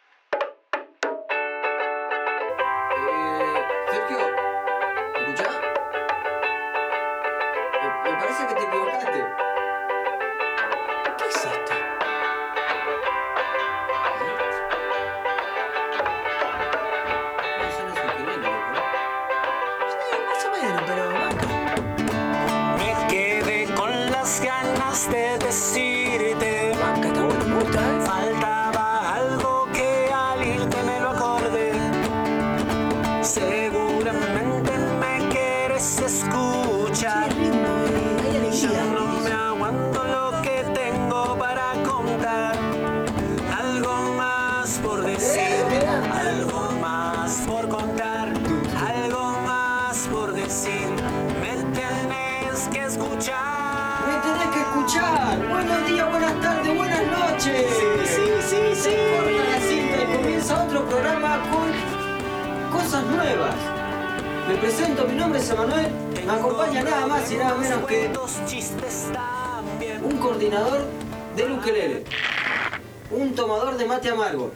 Eh, Eh, decir, algo más por contar, algo más por decir. Me tenés que escuchar. Me tenés que escuchar. Buenos días, buenas tardes, buenas noches. Sí, sí, sí. Corta la cinta y comienza otro programa con cosas nuevas. Me presento, mi nombre es Emanuel. Me acompaña nada más y nada menos que Cuentos, chistes también. Uh, un coordinador del ukelele, un tomador de mate amargo,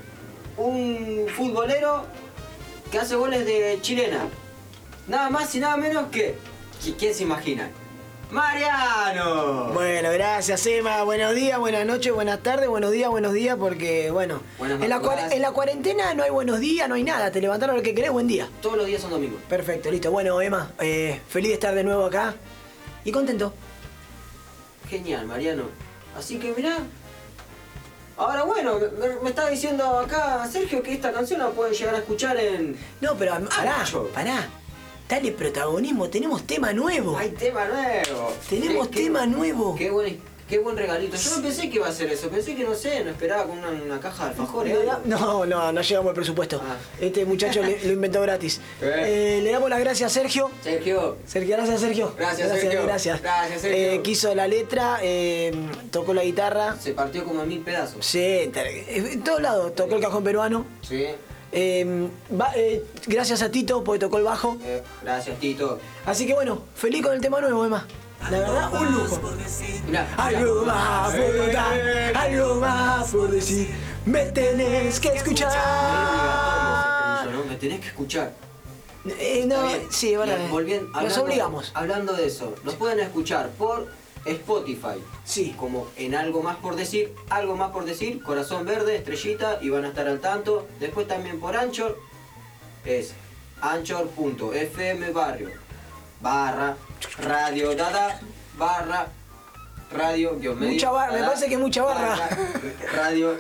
un futbolero que hace goles de chilena. Nada más y nada menos que... ¿qui- ¿Quién se imagina? ¡Mariano! Bueno, gracias Emma. Buenos días, buenas noches, buenas tardes, buenos días, buenos días, porque bueno, Buenas en la, madrugadas. cuar- en la cuarentena no hay buenos días, no hay nada. Te levantaron lo que querés, buen día. Todos los días son domingos. Perfecto, listo. Bueno, Emma, eh, feliz de estar de nuevo acá y contento. Genial, Mariano. Así que mirá. Ahora bueno, me, me está diciendo acá Sergio que esta canción la pueden llegar a escuchar en. No, pero am- pará, macho. pará. Dale protagonismo, tenemos tema nuevo. ¡Hay tema nuevo! Tenemos Qué- qué- tema nuevo. Qué buen, qué buen regalito. Yo no pensé que iba a hacer eso, pensé que no sé, no esperaba con una, una caja de alfajores. algo. No, no, no llegamos al presupuesto. Ah. Este muchacho le- lo inventó gratis. Eh. Eh, le damos las gracias a Sergio. Sergio, Sergio, gracias Sergio. Gracias, Sergio. Gracias. Gracias, Sergio. Eh, quiso la letra, eh, tocó la guitarra. se partió como en mil pedazos. Sí, ta- en todos lados. Tocó el cajón peruano. Sí. Eh, va- eh, gracias a Tito porque tocó el bajo. Eh, gracias, Tito. Así que bueno, feliz con el tema nuevo, Emma. La verdad, un lujo. Mirá, Algo más por contar, algo más por decir. Me tenés que obligatorio ese escuchar. estribillo, ¿no? Me tenés que escuchar. Eh, no, Está bien. sí, es verdad. Bien, volviendo- Nos hablando- obligamos. Hablando de eso, nos pueden escuchar por Spotify. Sí. Como en algo más por decir, algo más por decir, corazón verde, estrellita y van a estar al tanto. Después también por Anchor es anchor.fm barrio barra radio dada barra radio guión medio, Mucha barra, me dada, parece que mucha barra. radio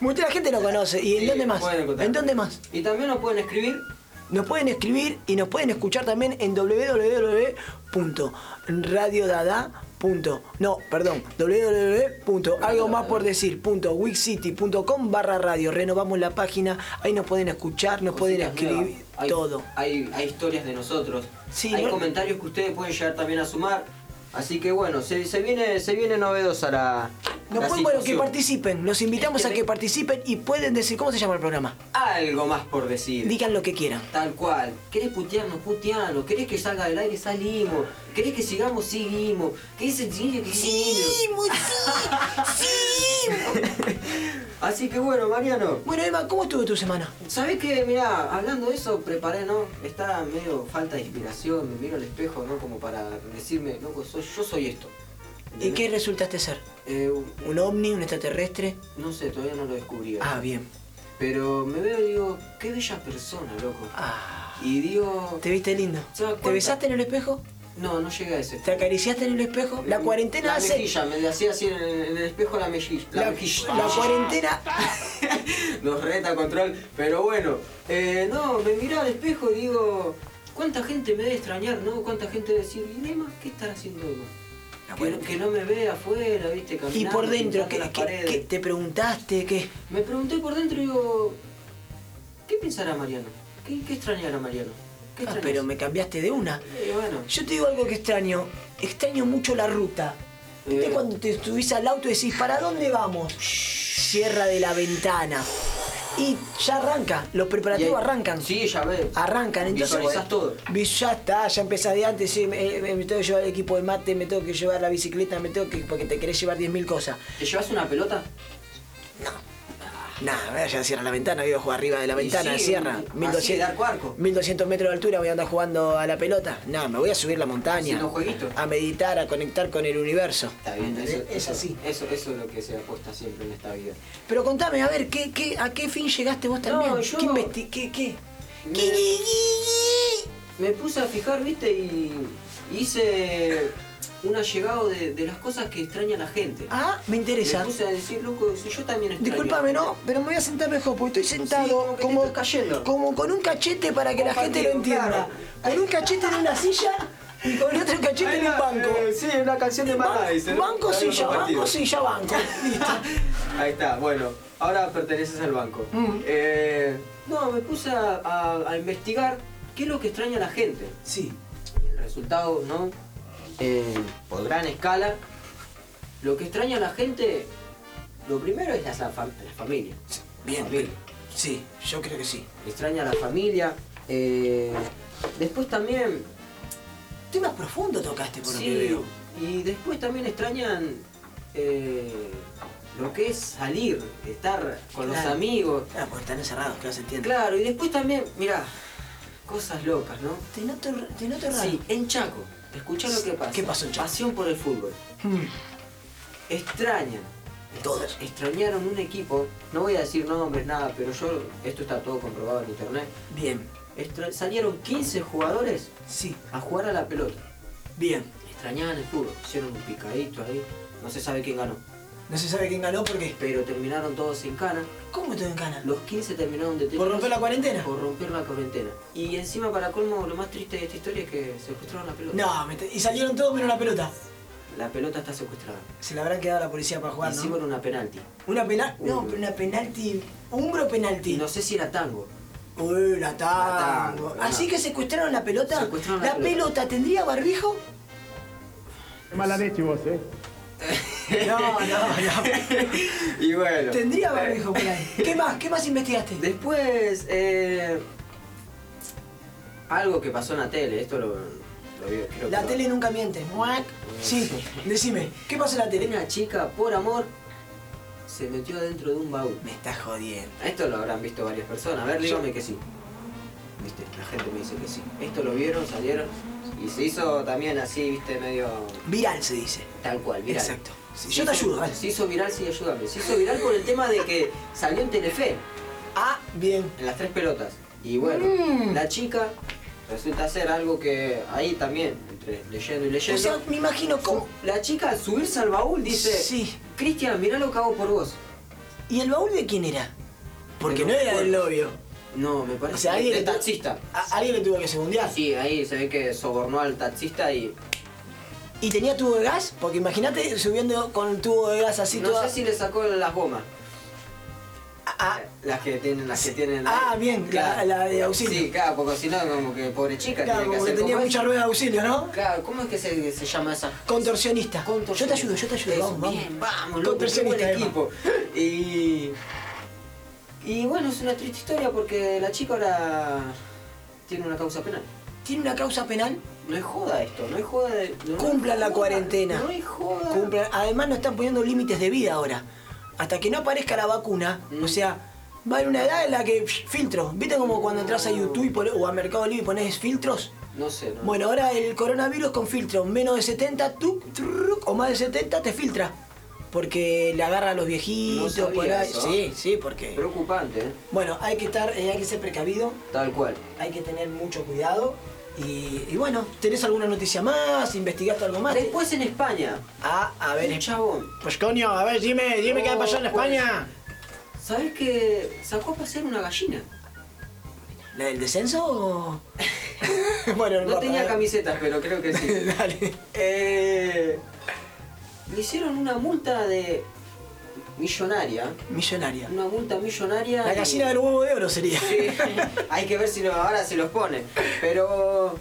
Mucha gente lo conoce. ¿Y en Sí, dónde más? pueden encontrar. ¿En dónde más? y también nos pueden escribir Nos pueden escribir y nos pueden escuchar también en www.radiodada.com No, perdón, www.algomaspordecir.wixcity.com barra radio. Renovamos la página, ahí nos pueden escuchar, nos pueden cositas escribir nuevas. Hay- todo. Hay, hay historias de nosotros. Sí, hay ¿no? comentarios que ustedes pueden llegar también a sumar. Así que bueno, se, se viene, se viene novedosa la. Nos la pueden, bueno, que situación. participen, los invitamos a que participen y pueden decir, ¿cómo se llama el programa? Algo más por decir. Digan lo que quieran. Tal cual. ¿Querés putearnos? Puteanos. ¿Querés que salga del aire? Salimos. ¿Querés que sigamos? Seguimos. ¿Querés que sigamos? Seguimos. Así que bueno, Mariano. Bueno, Eva, ¿cómo estuvo tu semana? ¿Sabés qué? Mirá, hablando de eso, preparé, ¿no? Está medio falta de inspiración, me miro al espejo, ¿no? Como para decirme, loco, soy, yo soy esto. ¿Y qué resultaste ser? Eh, ¿Un ovni, un extraterrestre? no sé, todavía no lo descubrí. Ah, bien. Pero me veo y digo, qué bella persona, loco. Ah. Y digo, ¿Te viste lindo? ¿Se da ¿Te cuenta? besaste en el espejo? no, no llega a ese. ¿Te acariciaste en el espejo? La cuarentena la hace. mejilla, me la hacía así en, el- en el espejo la mejilla. La, La, mejilla. la cuarentena. Nos reta control, pero bueno. Eh, no, me miraba al espejo y digo, ¿cuánta gente me debe extrañar, no? ¿Cuánta gente debe decir, ¿y Nema, qué estará haciendo Emma? La Que, no- cuarentena. que no me ve afuera, viste, Ah, Y caminando. por dentro, pintando ¿qué, las qué- paredes. qué te preguntaste? ¿Qué? Me pregunté por dentro y digo, ¿qué pensará Mariano? ¿Qué, qué extrañará Mariano? ¿Qué Ah, extrañas? pero me cambiaste de una. Y bueno, Yo te digo algo que extraño. Extraño mucho la ruta. ¿Viste Eh. cuando te subís al auto y decís, ¿para dónde vamos? Cierra de la ventana. Y ya arranca. y Los ahí- preparativos arrancan. Sí, ya ves. Arrancan, entonces. Visualizás todo. Vi- Ya está, ya empezás de antes. sí, me, eh, me- me tengo que llevar el equipo de mate, me tengo que llevar la bicicleta, me tengo que. porque te querés llevar 10.000 cosas. ¿Te llevas una pelota? Nada, ya cierra la ventana, yo juego arriba de la Y ventana, sí, cierra. así, de arco a arco. 1200 metros de altura voy a andar jugando a la pelota. Nada, me voy a subir la montaña. Haciendo jueguitos. A meditar, a conectar con el universo. Eh, Está bien, eso, es, eso- así. Eso, eso es lo que se apuesta siempre en esta vida. Pero contame, a ver, ¿qué, qué, ¿a qué fin llegaste vos también? No, yo- ¿Qué investi- ¿Qué? qué? Me- Me puse a fijar, viste, y hice un allegado de, de las cosas que extraña la gente. Ah, me Me interesa. puse a decir, loco, si yo también extraño. Disculpame, ¿no? Pero me voy a sentar mejor porque estoy sentado como que te como, estoy cayendo. como con un cachete para que la gente lo Compartido, entienda. claro. Con un cachete en una silla y con otro cachete en un banco. eh, sí, una canción de Ban- banco, silla, banco, silla, banco. Ahí está, bueno. ahora perteneces al banco. Mm. Eh, no, me puse a, a- a investigar qué es lo que extraña a la gente. Sí. Y el resultado, ¿no? Eh, por gran escala, lo que extraña a la gente, lo primero es la, fa- la familia. Bien, Familia. bien. Sí, yo creo que sí. Extraña a la familia. eh, después también Temas profundos tocaste por lo que Sí, veo. y después también extrañan eh, lo que es salir, estar con los Claro. amigos. Ah, porque están encerrados, claro, se entiende. Claro, y después también, mirá, cosas locas, ¿no? Te noto, r- te noto raro. Sí, en Chaco, escuchá lo que pasa. ¿Qué pasó en Chaco? Pasión por el fútbol. Mm. Extrañan, Todos. extrañaron un equipo, no voy a decir nombres, nada, pero yo, esto está todo comprobado en internet. Bien. Extra- salieron 15 jugadores Sí. a jugar a la pelota. Bien. Extrañaban el fútbol, hicieron un picadito ahí, no se sabe quién ganó. No se sabe quién ganó porque. pero terminaron todos sin cana. ¿Cómo te encana? Los 15 terminaron detenidos. ¿Por romper la cuarentena? Por romper la cuarentena. Y encima, para colmo, lo más triste de esta historia es que secuestraron la pelota. No, me te- y salieron todos menos la pelota. La pelota está secuestrada. Se la habrán quedado a la policía para jugar, Hicieron ¿no? una penalti. Una penal. No, pero una penalti. Umbro Y penalti. no sé si era tango. Uy, la tango, tango. la Así tango. que secuestraron la pelota. Secuestraron la la pelota. pelota. tendría barbijo. Mala leche vos, eh. No, no, no. y bueno. tendría eh, barbijo por ahí. ¿Qué más? ¿Qué más investigaste? Después, eh, algo que pasó en la tele. Esto lo, lo vi, creo que La lo- tele nunca miente. Muac. Sí, decime, ¿qué pasó en la tele? Una chica, por amor, se metió dentro de un baúl. Me estás jodiendo. Esto lo habrán visto varias personas. A ver, dígame que sí. Viste, la gente me dice que sí. Esto lo vieron, salieron. Y se hizo también así, viste, medio Viral se dice. tal cual, viral. Exacto. Sí, Se yo te hizo- ayudo, dale. Se hizo viral, sí, ayúdame. Se hizo viral por el tema de que salió en Telefe, Ah, bien. en las tres pelotas. Y bueno, Mm. la chica resulta ser algo que ahí también, entre leyendo y O leyendo. sea, me imagino cómo. la chica al subirse al baúl dice, Sí. Cristian, mirá lo que hago por vos. ¿Y el baúl de quién era? Porque De no los era del cuerpos. novio. No, me parece O sea, Ah, que alguien de le tu- taxista. A- alguien le tuvo que segundear. Sí, ahí se ve que sobornó al taxista y ¿Y tenía tubo de gas? Porque imagínate subiendo con el tubo de gas así no toda. sé si le sacó las gomas. Ah, Las que tienen, las que tienen. Ah, bien, la- la de auxilio. Sí, claro, porque si no, como que pobre chica claro, tiene que como que hacer tenía como mucha es- rueda de auxilio, ¿no? Claro, ¿cómo es que se, se llama esa? Contorsionista. Yo te Contorsionista. ayudo, yo te ayudo. Eso, Vamos, vamos. Bien, vamos, loco, qué buen Contorsionista, Emma. equipo. Y. Y bueno, es una triste historia porque la chica ahora tiene una causa penal. ¿Tiene una causa penal? No es joda esto, no es joda de. no es Cumplan la joda, cuarentena. No es joda. Cumplan- Además no están poniendo límites de vida ahora. Hasta que no aparezca la vacuna, Mm. o sea, va a haber una edad en la que psh, filtro. ¿Viste como cuando entras a YouTube y pone- o a Mercado Libre y pones filtros? No sé, no. Bueno, ahora el coronavirus con filtro, menos de 70 tuc, truc, o más de 70 te filtra. Porque le agarra a los viejitos, No sabía por ahí. eso. Sí, sí, porque. Preocupante, ¿eh? Bueno, hay que estar, eh, hay que ser precavido, Tal cual. hay que tener mucho cuidado. Y, y bueno, ¿tenés alguna noticia más? ¿Investigaste algo más? Después en España, Ah, a ver, un chabón, Pues coño, a ver, dime, dime qué ha pasado en No, pues. España. ¿sabes que sacó a pasear una gallina? pues, ¿La del descenso o.? bueno, No importa, tenía eh. camisetas, pero creo que sí. Dale. Eh, le hicieron una multa de millonaria, Millonaria. una multa millonaria. La y- gallina del huevo de oro sería. Sí, hay que ver si lo- ahora si los pone. Pero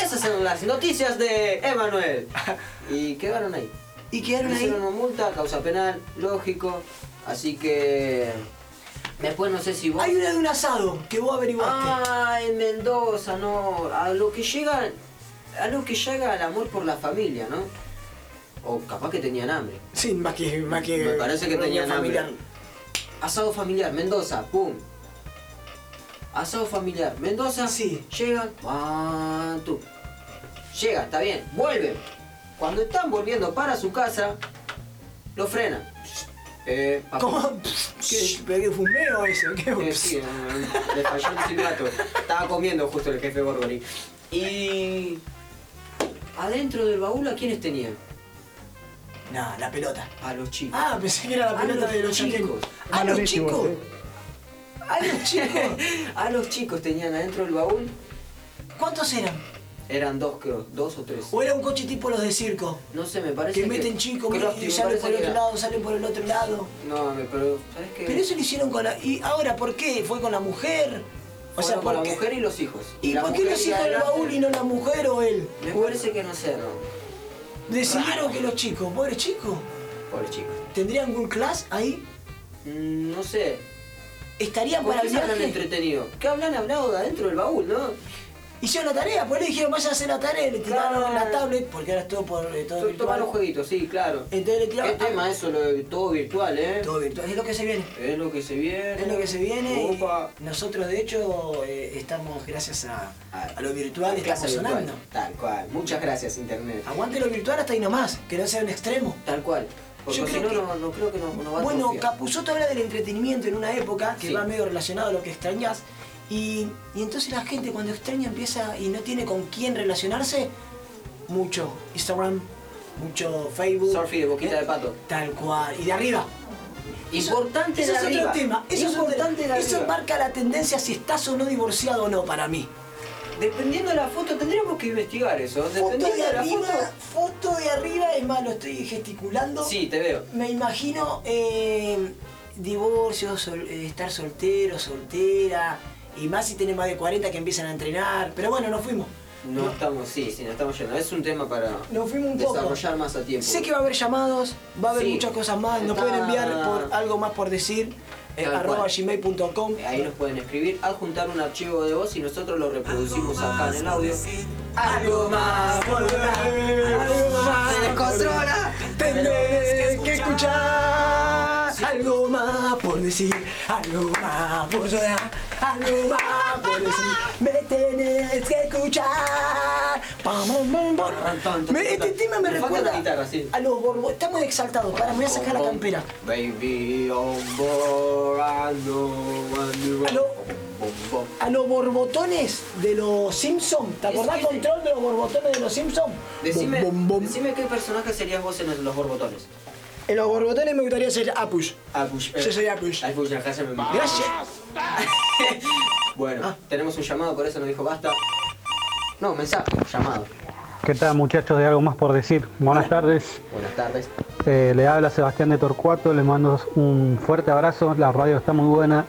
esas son las noticias de Emanuel. Y quedaron ahí. Y Le quedaron ahí. hicieron una multa, causa penal, lógico. Así que después no sé si vos. Hay una de un asado que vos averiguaste. Ah, en Mendoza, no. A lo que llega, a lo que llega el amor por la familia, ¿no? O capaz que tenían hambre. Sí, más que. Más que Me parece que reunión tenían hambre. Asado familiar, Mendoza, pum. Asado familiar, Mendoza. Sí. Llegan, ah, tú. Llegan, está bien, vuelven. Cuando están volviendo para su casa, lo frenan. Eh, papá. ¿Cómo? ¿Qué, pero qué fumeo eso? ¿Qué Eh, sí, eh, le falló el silbato. Estaba comiendo justo el jefe Gorgori. Y. Adentro del baúl, ¿a quiénes tenían? No, la pelota. A los chicos. Ah, pensé que era la A pelota los de los chicos. chicos. Ah, Mala los leche vos, chicos. eh. Ah, los chicos. a los chicos tenían adentro del baúl. ¿Cuántos eran? Eran dos, creo, dos o tres. O era un coche tipo los de circo. No sé, me parece Que que... meten chicos, que meten Lofty, y me salen parece por el que otro era- lado, salen por el otro lado. No, me- pero, ¿sabes qué? Pero eso lo hicieron con la. ¿Y ahora por qué? ¿Fue con la mujer? O Fueron sea, con ¿por la qué? mujer y los hijos. ¿Y La por qué mujer los hijos del adelante- baúl y no la mujer o él? Me parece que no sé, no. Decidieron que los chicos, pobres chicos, Pobre chico. ¿tendrían un class ahí? Mm, no sé. ¿Estarían ¿Por para qué el se hablan viaje? entretenido? ¿Qué hablan hablado de adentro del baúl, no? Hicieron la tarea, por ahí le dijeron, vayan a hacer la tarea, le tiraron Claro. la tablet, porque ahora es todo por eh, todo To- virtual. Toman los jueguitos, sí, claro. Entonces le tiraron ¿Qué tema eso, lo de todo virtual, eh? Eh, ah. todo virtual, es lo que se viene. Es lo que se viene. Es lo que se viene. y Opa. nosotros, de hecho, eh, estamos, gracias a, a lo virtual, Clase estamos virtual. sonando. Ah. Tal cual. Muchas gracias, Internet. Aguante lo virtual hasta ahí nomás, que no sea un extremo. Tal cual. Porque Yo si creo no, que- no, no creo que no, no va a Bueno, confiar. Capuzotto habla del entretenimiento en una época que Sí. va medio relacionado a lo que extrañas. Y, y entonces la gente cuando extraña empieza y no tiene con quién relacionarse, mucho Instagram, mucho Facebook. Surfi de boquita ¿eh? de pato. Tal cual. Y de arriba. Importante Eso de es arriba. otro tema. Eso, es otro Importante tema. de Eso arriba. marca la tendencia si estás o no divorciado o no para mí. Dependiendo de la foto, tendríamos que investigar eso. Pues Dependiendo Foto de la arriba, foto. foto de arriba, es más, lo estoy gesticulando. Sí, te veo. Me imagino eh, divorcio, sol- eh, estar soltero, soltera, y más si tenés más de 40 que empiezan a entrenar. Pero bueno, nos fuimos. No, estamos, sí, sí, nos estamos yendo. Es un tema para Nos fuimos un poco. desarrollar más a tiempo. Sé que va a haber llamados, va a haber Sí. muchas cosas más. Nos Está- pueden enviar por algo más por decir, eh, Tal arroba cual. gmail.com. Ahí nos pueden escribir, adjuntar un archivo de voz y nosotros lo reproducimos acá en el audio. Algo más volver, algo más Se descontrola. Tendré que escuchar algo más por decir, algo más por llorar, algo más por decir. Me tenés que escuchar. Pam, pam, pam, pam. Me- Este tema me Me falta la recuerda guitarra, sí. a los borbo. Estamos exaltados. Para, me voy a sacar la campera. Baby on board, I know, I know. Aló. Bom, bom, A los borbotones de los Simpsons. ¿Te acordás, Ese- control de los borbotones de los Simpsons? Decime, Bom, bom, bom. decime qué personaje serías vos en los borbotones. En los borbotones me gustaría ser Apush. Apush. Yo soy Apush. Apush, acá se me mata. Gracias. Ah. Bueno, tenemos un llamado, por eso nos dijo basta. No, mensaje, llamado. ¿Qué tal muchachos de Algo Más por Decir? Buenas tardes, Buenas tardes. Eh, le habla Sebastián de Torcuato, les mando un fuerte abrazo, la radio está muy buena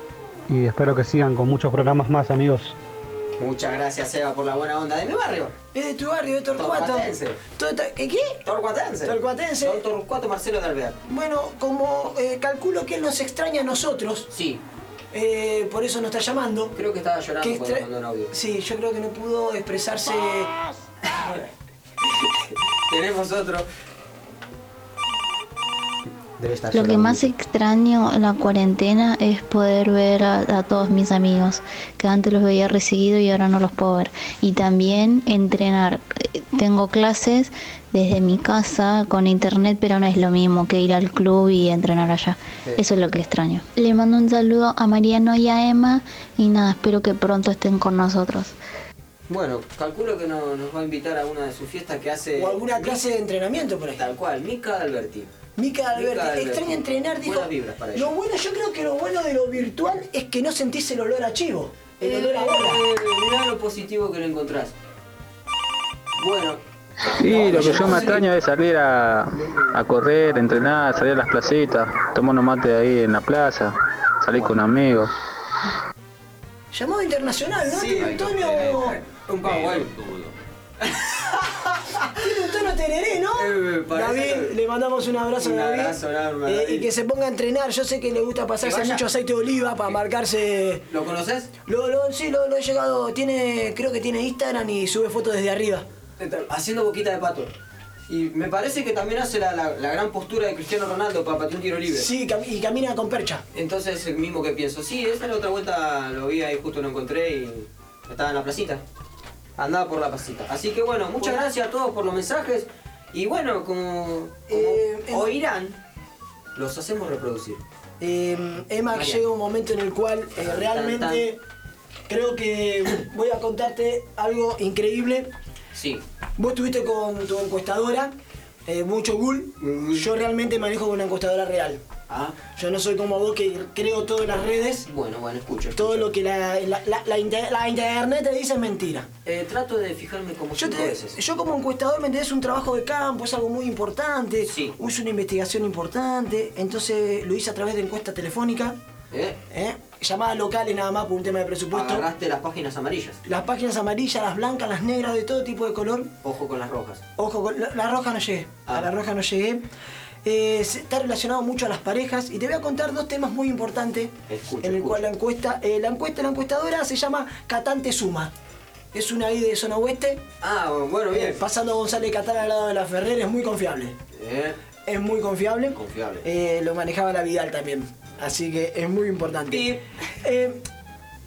y espero que sigan con muchos programas más amigos. Muchas gracias, Seba, por la buena onda de mi barrio. Es de tu barrio, de Torcuato. Torcuatense. Todo ta- ¿Qué? qué? Torcuatense. Torcuatense. Don Torcuato Marcelo de Alvear. Bueno, como eh, calculo que él nos extraña a nosotros, Sí, eh, por eso nos está llamando. creo que estaba llorando que cuando extra- mandó un audio. Sí, yo creo que no pudo expresarse. Tenemos otro. Debe estar Lo que llorando. más extraño en la cuarentena es poder ver a, a todos mis amigos, que antes los veía recibido y ahora no los puedo ver. Y también entrenar. Eh, Tengo clases desde mi casa con internet, pero no es lo mismo que ir al club y entrenar allá. Eso es lo que extraño. Le mando un saludo a Mariano y a Emma y nada, espero que pronto estén con nosotros. Bueno, calculo que no, nos va a invitar a una de sus fiestas que hace. O alguna clase Eh, de entrenamiento por ahí. Tal cual, Mica Alberti. Mica Alberti, Mica Alberti. extraña entrenar, dijo. Buenas vibras para lo ella. bueno, yo creo que lo bueno de lo virtual es que no sentís el olor a chivo, el olor a bola. Eh, mirá lo positivo que le encontrás. Bueno, Y lo que yo me extraño es salir a, a correr, a entrenar, salir a las placitas, tomar un mate ahí en la plaza, salir con amigos. Llamado internacional, ¿no? Tiene un tono. Eh, un eh. paraguayo. Tiene un tono tereré, ¿no? Eh, parece- David, le mandamos un abrazo Un a David. abrazo enorme a Eh, David. y que se ponga a entrenar. Yo sé que le gusta Que pasarse vaya. mucho aceite de oliva para marcarse. ¿Lo conoces? Lo, lo, sí, lo, lo he llegado. Tiene, creo que tiene Instagram y sube fotos desde arriba. Haciendo boquita de pato. Y me parece que también hace la, la- la gran postura de Cristiano Ronaldo para patear un tiro libre. Sí, cam- y camina con percha. Entonces es el mismo que pienso. Sí, esa la otra vuelta lo vi ahí, justo lo encontré y estaba en la placita. Andaba por la placita. Así que bueno, muchas gracias a todos por los mensajes. Y bueno, como, como Eh, en- oirán, los hacemos reproducir. Eh, Emma, Mariano. llega un momento en el cual eh, Tan, realmente creo que voy a contarte algo increíble. Sí. Vos estuviste con tu encuestadora, eh, mucho ghoul. Yo realmente manejo con una encuestadora real. Ah, Yo no soy como vos que creo todas las redes. bueno, bueno, escucho. escucho. Todo lo que la, la, la- la inter- la internet te dice es mentira. Eh, trato de fijarme como Yo, cinco te- veces. yo como encuestador me entendés un trabajo de campo, es algo muy importante, Sí. es una investigación importante, entonces lo hice a través de encuesta telefónica, ¿Eh? ¿eh? llamadas locales nada más por un tema de presupuesto, Agarraste las páginas amarillas. las páginas amarillas, las blancas, las negras, de todo tipo de color, Ojo con las rojas. ojo, con- la, la roja no llegué, Ah. a la roja no llegué, Eh, se- está relacionado mucho a las parejas y te voy a contar dos temas muy importantes Escucho, en el escucho. cual la encuesta, eh, la encuesta, la encuestadora se llama Catante Suma, es una I de zona oeste. Eh, Ah, bueno, bien. Pasando González Catán al lado de la Ferrer es muy confiable. Eh, Es muy confiable. Confiable. Eh, lo manejaba la Vidal también. Así que es muy importante. Sí. Eh,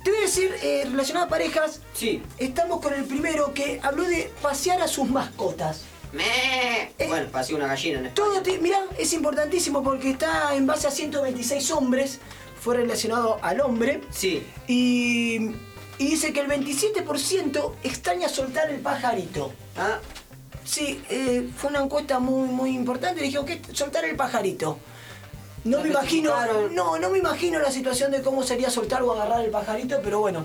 te voy a decir, eh, relacionado a parejas, Sí. estamos con el primero que habló de pasear a sus mascotas. Me. Eh, Bueno, pasé una gallina en España. Todo, ti- mirá, es importantísimo porque está en base a 126 hombres. Fue relacionado al hombre. Sí. Y, y dice que el 27% extraña soltar el pajarito. Ah, Sí, eh, fue una encuesta muy, muy importante. Le dijeron que soltar el pajarito. No No me imagino. especificaron. No, no me imagino la situación de cómo sería soltar o agarrar el pajarito, pero bueno.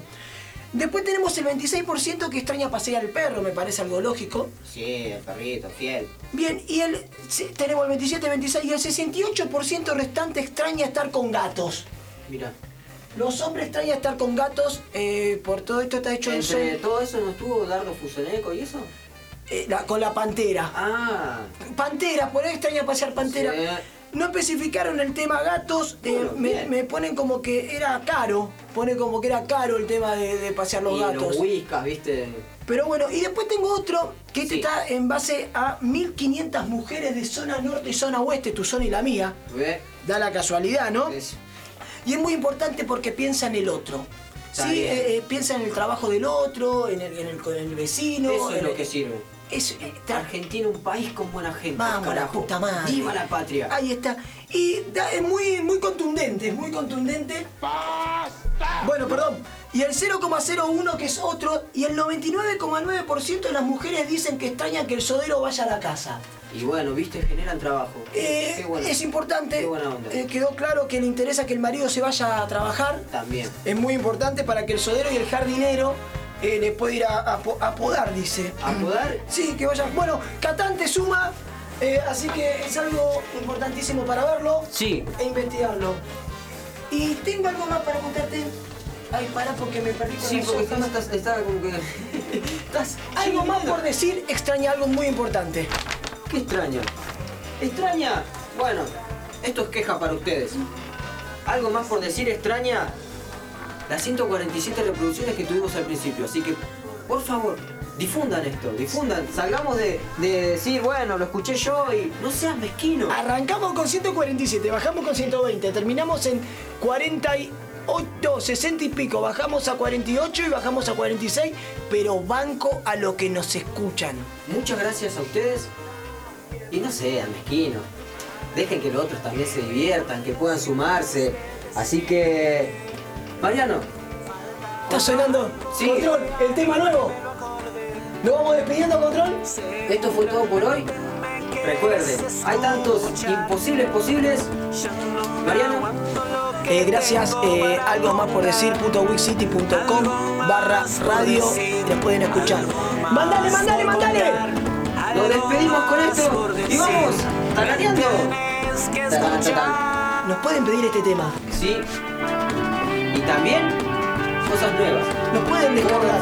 Después tenemos el 26% que extraña pasear al perro, me parece algo lógico. sí, el perrito, fiel. Bien, y el, sí, tenemos el 27, 26 y el 68% restante extraña estar con gatos. Mira. Los hombres extrañan estar con gatos, eh, por todo esto está hecho en Entre sol- todo eso no estuvo Dardo Fusoneco y eso. eh, la- con la pantera. Ah, Pantera, por ahí extraña pasear pantera. Sí. No especificaron el tema gatos, eh, Bueno, me, bien. me ponen como que era caro, pone como que era caro el tema de, de pasear los y gatos. los whiskas, viste. Pero bueno, y después tengo otro que este Sí. está en base a 1500 mujeres de zona norte y zona oeste, tu zona y la mía. ¿Ve? Da la casualidad, ¿no? Es- Y es muy importante porque piensa en el otro. Está sí, bien. eh, eh, piensa en el trabajo del otro, en el, en el- con el vecino. eso es en lo el- que sirve. es- eh, tra- Argentina, un país con buena gente. Vamos, la carajo. puta madre. Viva la patria. Ahí está. Y da- es muy, muy contundente, es muy contundente. Bueno, perdón. Y el 0,01 que es otro, y el 99,9% de las mujeres dicen que extrañan que el sodero vaya a la casa. Y bueno, viste, generan trabajo. Eh, Qué bueno. Es importante, Qué buena onda. eh, quedó claro que le interesa que el marido se vaya a trabajar. También. Es muy importante para que el sodero y el jardinero eh, le pueda ir a, a po- a podar, dice. ¿A podar? Sí, que vaya. Bueno, Catante suma, eh, así que es algo importantísimo para verlo Sí. e investigarlo. Y tengo algo más para contarte. Ay, para porque me perdí con Sí, las porque hojas. estás, estás, estás como que. estás Algo más por de... decir, extraña algo muy importante. ¿Qué extraña? ¿Extraña? Bueno, esto es queja para ustedes. Algo más por decir extraña las 147 reproducciones que tuvimos al principio. Así que, por favor, difundan esto, difundan. Salgamos de, de decir, bueno, lo escuché yo y no seas mezquino. Arrancamos con 147, bajamos con 120, terminamos en 48, 60 y pico, bajamos a 48 y bajamos a 46, pero banco a lo que nos escuchan. Muchas gracias a ustedes y no sean mezquinos. Dejen que los otros también se diviertan, que puedan sumarse. Así que, Mariano, ¿Está sonando? Sí. Control, el tema nuevo. ¿Nos vamos despidiendo, Control? Esto fue todo por hoy. Recuerden, hay tantos imposibles posibles. Mariano, Eh, gracias, eh, algo más por decir, .wixcity.com barra radio, te pueden escuchar. ¡Mandale, mandale, mandale! nos despedimos con esto y vamos, tarareando. Tarán, tarán. Nos pueden pedir este tema, Sí. Y también cosas nuevas. nos pueden descargar.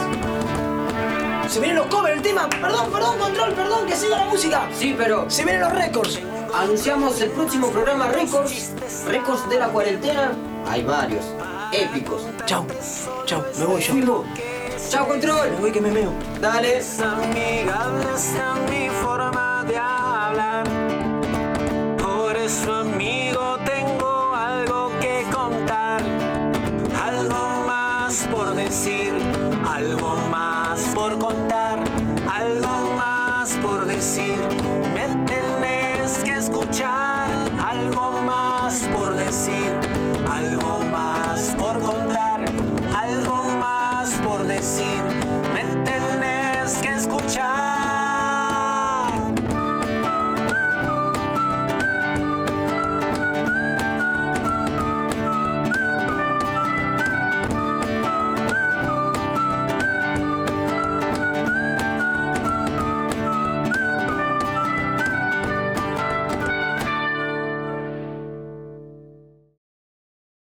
Se vienen los covers, el tema, perdón, perdón, control, perdón, que siga la música. Sí, pero Se vienen los récords. anunciamos el próximo programa Records. Records de la cuarentena. Hay varios. Épicos. Chao, chao, me voy yo. Fuimos. Chao control. Me voy que me meo. Dale. amigables en mi forma de hablar. Por eso, amigo, tengo algo que contar. Algo más por decir, algo más por contar, algo más por decir. Me tenés que escuchar, algo más por decir, algo más por contar.